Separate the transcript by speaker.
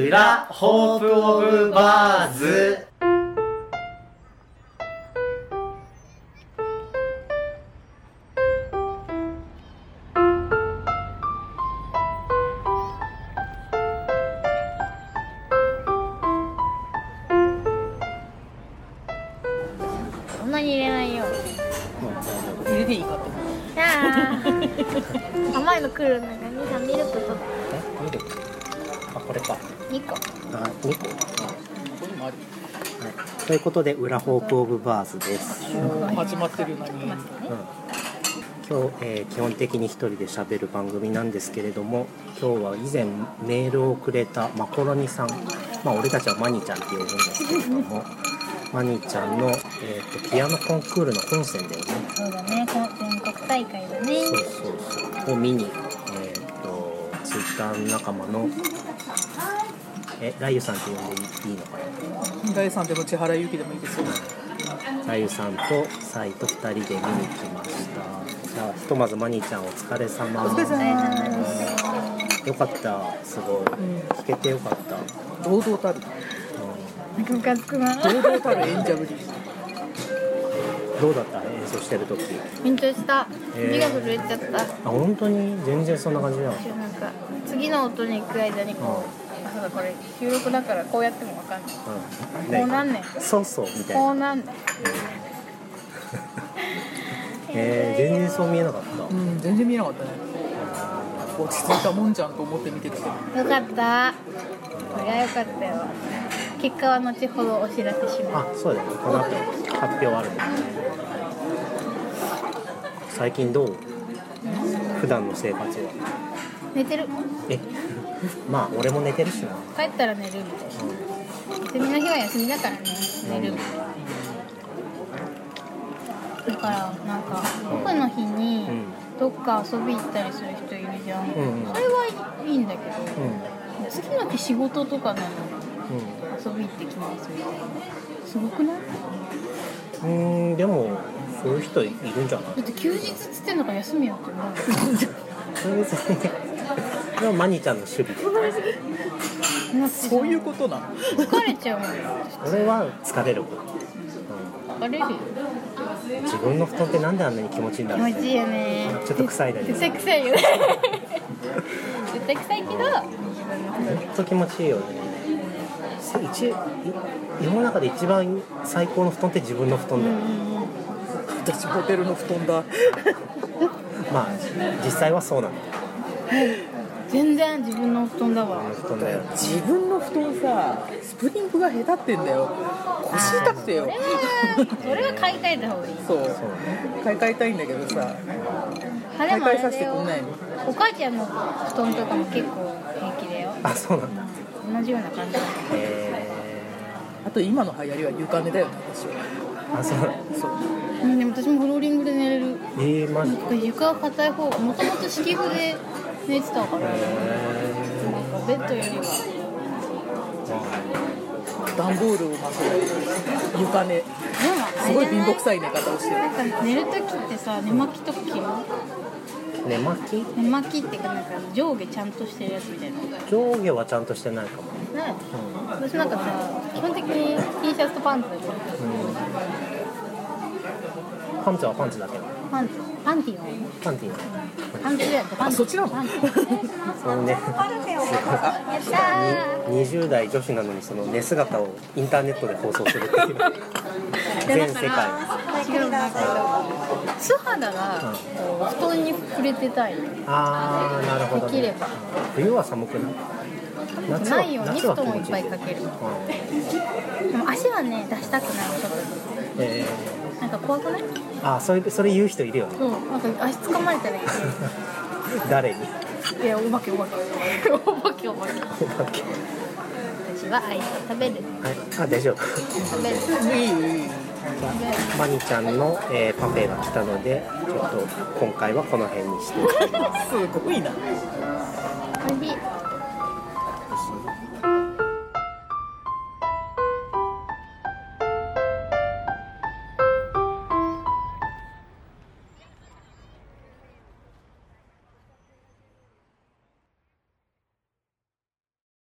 Speaker 1: 裏ホープオブバーズ
Speaker 2: そんなに入れないよ
Speaker 3: 入れていいかって思う
Speaker 2: あー甘いの来るの中にさミルクと
Speaker 3: え見るあこれか
Speaker 2: 2個
Speaker 1: あ2個、
Speaker 3: これもある
Speaker 1: はい、ということで裏ホープオブバーズです、
Speaker 3: 始まってるのに
Speaker 1: うん、今日、えー基本的に一人で喋る番組なんですけれども今日は以前メールをくれたマコロニさんまあ俺たちはマニちゃんって呼ぶんですけれどもマニちゃんの、えーとピアノコンクールの本戦だよね
Speaker 2: そうだね全国大会だね
Speaker 1: そうそうそうを見に、えー、とツイッター仲間のえライユさんって呼んでいいいいのか
Speaker 3: 第3でも千原ゆきでもいいですよ
Speaker 1: なライユさんとサイと2人で見に来ましたじゃあひとまずマニーちゃんお疲れ様
Speaker 3: お疲れ
Speaker 2: お疲れ
Speaker 3: 様
Speaker 2: 様でした
Speaker 1: よかったすごい聞けてよかった、う
Speaker 3: 堂々たる
Speaker 1: ん
Speaker 2: なんかムカつくな
Speaker 3: 堂々たる演者ぶり
Speaker 1: どうだった演奏してる時
Speaker 2: 緊張した
Speaker 1: えー
Speaker 2: 指が震えちゃった
Speaker 1: あ本当に全然そんな感じだよ、
Speaker 2: なんか次の音に行く間にこうそうだこれ収録だからこうやってもわかんない
Speaker 1: うん
Speaker 2: こうなんねん
Speaker 1: そうそうみたい
Speaker 2: こ
Speaker 1: な
Speaker 2: うなん ねん
Speaker 1: えー全然そう見えなかった、
Speaker 3: うん全然見えなかったね落ち着いたもんじゃんと思って見てたけど
Speaker 2: よかったこれはよかったよ結果は後ほどお知らせします
Speaker 1: あそうだよねこの後発表あるもんね最近どう普段の生活は
Speaker 2: 寝てる
Speaker 1: え まあ俺も寝てるしな、
Speaker 2: 帰ったら寝るみたいな休みの日は休みだからね寝るだからなんかオフの日に
Speaker 1: うん
Speaker 2: どっか遊び行ったりする人いるじゃん、
Speaker 1: うんうん
Speaker 2: それはいいんだけど、
Speaker 1: うん
Speaker 2: 次の日仕事とかなのに遊び行ってきますみたいなすごくない
Speaker 1: うんうーんでもそういう人いるんじゃ ない
Speaker 2: だって休日っつってんのから休みよって思う
Speaker 1: それ別にそれはマニーちゃんの趣味
Speaker 3: そういうことなの
Speaker 2: 疲れちゃうもん
Speaker 1: 俺は疲れること、
Speaker 2: 疲れるよ
Speaker 1: うん、自分の布団ってなんであんなに気持ちいいんだ
Speaker 2: 気
Speaker 1: ろう
Speaker 2: 持
Speaker 1: ね
Speaker 2: ちいいよね
Speaker 1: ちょっと臭いだけど
Speaker 2: 絶対臭いよね絶対臭いけど自分の
Speaker 1: ほんと気持ちいいよねせ一世の中で一番最高の布団って自分の布団だよ、
Speaker 3: 私ホテルの布団だ
Speaker 1: まあ実際はそうなんだよ
Speaker 2: 全然自分の布団だわ
Speaker 1: あの布団だよ
Speaker 3: 自分の布団さスプリングが下手ってんだよ腰痛くてよ
Speaker 2: それはそれは買い替えた方がいい
Speaker 3: そう
Speaker 1: そうね
Speaker 3: 買い替えたいんだけどさ
Speaker 2: 晴
Speaker 3: 買
Speaker 2: れ
Speaker 3: い
Speaker 2: もあ
Speaker 3: 替え
Speaker 2: れ
Speaker 3: させ
Speaker 2: だ
Speaker 3: てく
Speaker 2: よ
Speaker 3: んないの
Speaker 2: お母ちゃんの布団とかも結構平気だよ
Speaker 1: あそうなんだ
Speaker 2: 同じような感じ
Speaker 1: へ
Speaker 3: あと今の流行りは床寝だよね私は
Speaker 1: ーあそう
Speaker 3: そう
Speaker 2: うんでも私もフローリングで寝れる
Speaker 1: えー、マジ
Speaker 2: なんか床が硬い方がもともと敷布で寝てたからなん
Speaker 1: え
Speaker 2: かベッドよりは
Speaker 3: 段ボールを巻く床寝すごい貧乏く
Speaker 2: い
Speaker 3: さい寝方をしてる
Speaker 2: なんか寝るときってさ寝巻きとか着る
Speaker 1: ー、寝巻き
Speaker 2: 寝巻きっていうかなんか上下ちゃんとしてるやつみたいな
Speaker 1: 上下はちゃんとしてないかも、
Speaker 2: ね私なんかさ基本的に T シャツとパンツだけど
Speaker 1: うん、パンツはパンツだけど
Speaker 2: パンツパンティーなの
Speaker 1: パンティー
Speaker 2: パンツだよパン
Speaker 3: あ
Speaker 2: ツ
Speaker 3: そっちなの
Speaker 2: パンティー
Speaker 1: なのね
Speaker 2: やったー
Speaker 1: 20代女子なのにその寝姿をインターネットで放送するっていう全世界あ
Speaker 2: 違うんだけど素肌がこう布団に触れてたい
Speaker 1: あーなるほど、
Speaker 2: できれ
Speaker 1: ね
Speaker 2: ば、
Speaker 1: 冬は寒くない夏は
Speaker 2: ないように
Speaker 1: 夏
Speaker 2: 布
Speaker 1: は
Speaker 2: 団
Speaker 1: 気
Speaker 2: をい
Speaker 1: 持
Speaker 2: っ
Speaker 1: ちい
Speaker 2: ぱ
Speaker 1: い
Speaker 2: いかける
Speaker 1: うん
Speaker 2: でも足はね出したくないちょっ
Speaker 1: え
Speaker 2: となんか怖くない
Speaker 1: ー、あそれそれ言う人いるよね
Speaker 2: そうなんか足掴まれたらいけ
Speaker 1: 誰に
Speaker 2: いやお化けお化け お化けお化け私はアイスを食べる
Speaker 1: はい、あ大丈夫
Speaker 2: 食べる
Speaker 3: いいよいいよ
Speaker 1: マニちゃんの、えーパフェが来たのでちょっと今回はこの辺にして
Speaker 3: すごいな
Speaker 2: 美味しい